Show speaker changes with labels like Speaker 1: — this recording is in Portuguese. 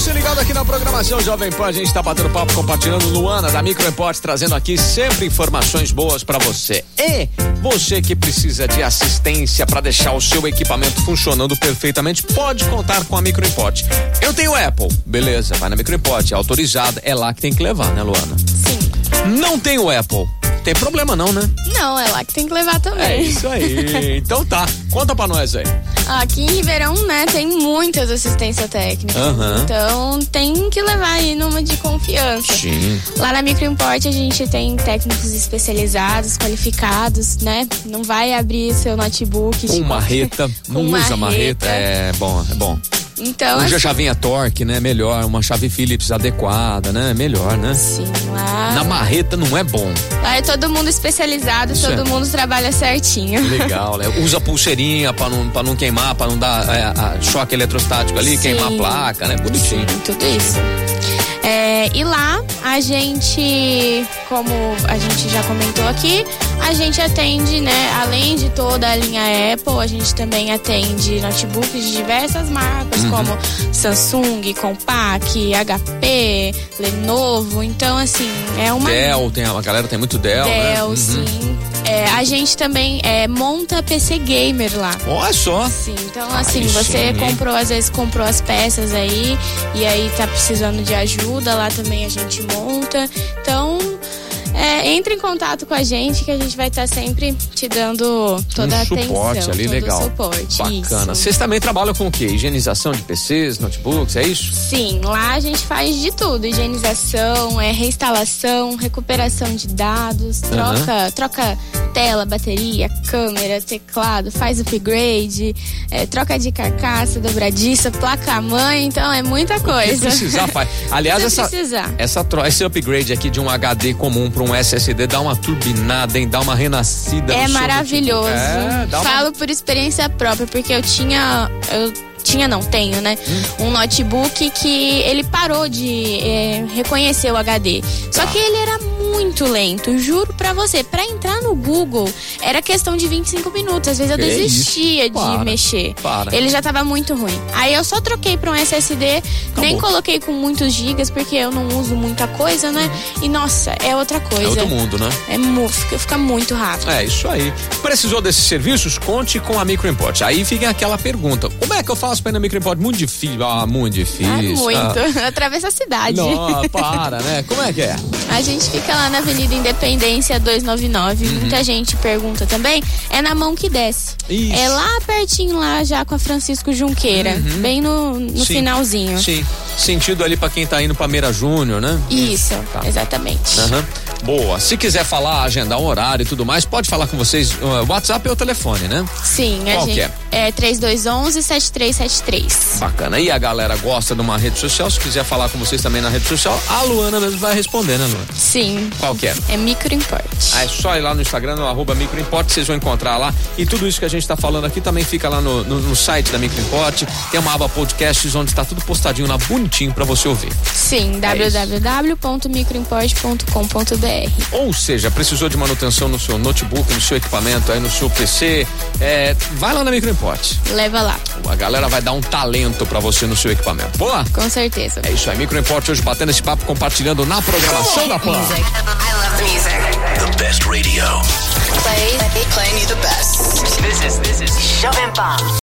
Speaker 1: Chegando aqui na programação Jovem Pan, a gente está batendo papo, compartilhando Luana da Micro Report, trazendo aqui sempre informações boas para você. E você que precisa de assistência para deixar o seu equipamento funcionando perfeitamente, pode contar com a Micro Report. Eu tenho Apple, beleza, vai na Micro Report, é autorizada, é lá que tem que levar, né, Luana?
Speaker 2: Sim.
Speaker 1: Não tenho Apple. Tem problema não, né?
Speaker 2: Não, é lá que tem que levar também.
Speaker 1: É isso aí. então tá, conta pra nós aí.
Speaker 2: Aqui em Ribeirão, né, tem muitas assistência técnica.
Speaker 1: Aham.
Speaker 2: Então tem que levar aí numa de confiança.
Speaker 1: Sim.
Speaker 2: Lá na Microimport a gente tem técnicos especializados, qualificados, né? Não vai abrir seu notebook.
Speaker 1: Com
Speaker 2: tipo-
Speaker 1: marreta, não
Speaker 2: Com
Speaker 1: usa marreta. É bom, é bom.
Speaker 2: Então,
Speaker 1: Hoje a
Speaker 2: assim,
Speaker 1: chavinha torque, né? Melhor. Uma chave Phillips adequada, né? Melhor, né? Na
Speaker 2: assim, lá,
Speaker 1: marreta não é bom.
Speaker 2: lá é todo mundo especializado,
Speaker 1: Isso
Speaker 2: todo
Speaker 1: é.
Speaker 2: mundo trabalha certinho.
Speaker 1: Legal, né? Usa pulseirinha pra não, pra não queimar, pra não dar é, a- choque eletrostático ali,
Speaker 2: Sim.
Speaker 1: queimar a placa, né? Bonitinho.
Speaker 2: Sim, tudo isso. É, e lá a gente, como a gente já comentou aqui, a gente atende, né? Além de toda a linha Apple, a gente também atende notebooks de diversas marcas,
Speaker 1: Uhum.
Speaker 2: como Samsung, Compaq, HP, Lenovo. Então, assim, é uma
Speaker 1: Dell, tem, a galera tem muito Dell, né?
Speaker 2: Dell,
Speaker 1: Uhum.
Speaker 2: sim. É, a gente também é, monta PC gamer lá.
Speaker 1: Olha só.
Speaker 2: Sim, então
Speaker 1: Aí
Speaker 2: assim, você
Speaker 1: sim, hein?
Speaker 2: comprou, às vezes comprou as peças aí e aí tá precisando de ajuda, lá também a gente monta. Então, é, entre em contato com a gente que a gente vai estar sempre te dando toda
Speaker 1: um
Speaker 2: a atenção.
Speaker 1: suporte ali,
Speaker 2: todo
Speaker 1: legal.
Speaker 2: O suporte.
Speaker 1: Bacana.
Speaker 2: isso.
Speaker 1: Vocês também trabalham com o quê? Higienização de PCs, notebooks, é isso?
Speaker 2: Sim, lá a gente faz de tudo, higienização, é reinstalação, recuperação de dados, troca, troca tela, bateria, câmera, teclado, faz upgrade, é, troca de carcaça, dobradiça, placa mãe, então é muita
Speaker 1: Se
Speaker 2: coisa.
Speaker 1: precisar, pai. Aliás,
Speaker 2: Se
Speaker 1: essa,
Speaker 2: precisar.
Speaker 1: Essa tro- esse upgrade aqui de um HD comum para um SSD dá uma turbinada, hein? Dá uma renascida. no
Speaker 2: É
Speaker 1: seu
Speaker 2: maravilhoso.
Speaker 1: notebook. É, dá uma-
Speaker 2: Falo por experiência própria, porque eu tinha. Eu tinha, não, tenho, né?
Speaker 1: Hum.
Speaker 2: Um notebook que ele parou de é, reconhecer o HD. Só
Speaker 1: Tá.
Speaker 2: que ele era muito lento, juro pra você. Pra entrar no Google, era questão de 25 minutos. Às vezes eu
Speaker 1: Que
Speaker 2: desistia
Speaker 1: isso? Para,
Speaker 2: de mexer.
Speaker 1: para.
Speaker 2: Ele já tava muito ruim. Aí eu só troquei pra um SSD, nem
Speaker 1: Acabou.
Speaker 2: coloquei com muitos gigas, porque eu não uso muita coisa, né? E nossa, é outra
Speaker 1: Uhum. É
Speaker 2: coisa.
Speaker 1: outro mundo, né?
Speaker 2: É mu- fica, fica muito rápido.
Speaker 1: É, isso aí. Precisou desses serviços? Conte com a Microimport. Aí fica aquela pergunta: como é que eu faço para ir na Microimport? Muito difícil. Ah, muito difícil.
Speaker 2: Ah, muito.
Speaker 1: Ah,
Speaker 2: Atravessa a cidade.
Speaker 1: não, para, né? Como é que é?
Speaker 2: A gente fica lá na Avenida Independência 299.
Speaker 1: Uhum.
Speaker 2: Muita gente pergunta também. É na mão que desce.
Speaker 1: Isso.
Speaker 2: É lá pertinho, lá já com a Francisco Junqueira. Bem no, no
Speaker 1: Uhum. Sim.
Speaker 2: finalzinho.
Speaker 1: Sim. Sentido ali para quem tá indo para Meira Júnior, né?
Speaker 2: Isso, exatamente.
Speaker 1: Aham. Boa. Se quiser falar, agendar um horário e tudo mais, pode falar com vocês. uh, WhatsApp ou telefone, né?
Speaker 2: Sim, a
Speaker 1: Qual
Speaker 2: gente.
Speaker 1: que é?
Speaker 2: É 3211-7373.
Speaker 1: Bacana. E a galera gosta de uma rede social. Se quiser falar com vocês também na rede social, a Luana mesmo vai responder, né, Luana?
Speaker 2: Sim.
Speaker 1: Qual que é?
Speaker 2: É microimporte.
Speaker 1: Ah, É só ir lá no Instagram, no arroba microimporte, vocês vão encontrar lá. E tudo isso que a gente está falando aqui também fica lá no, no- no site da Microimporte. Tem uma aba podcasts onde está tudo postadinho lá, bonitinho para você ouvir. É
Speaker 2: Sim, www.microimporte.com.br.
Speaker 1: Ou seja, precisou de manutenção no seu notebook, no seu equipamento, aí no seu PC, é, vai lá na Microimporte.
Speaker 2: Leva lá,
Speaker 1: A galera vai dar um talento para você no seu equipamento. Boa?
Speaker 2: com certeza.
Speaker 1: É isso aí, Microimporte hoje batendo esse papo, compartilhando na programação da Pan.
Speaker 3: Music. I love music.
Speaker 4: The best radio.
Speaker 3: Play, play, playing you the best. This is this is Jovem Pan.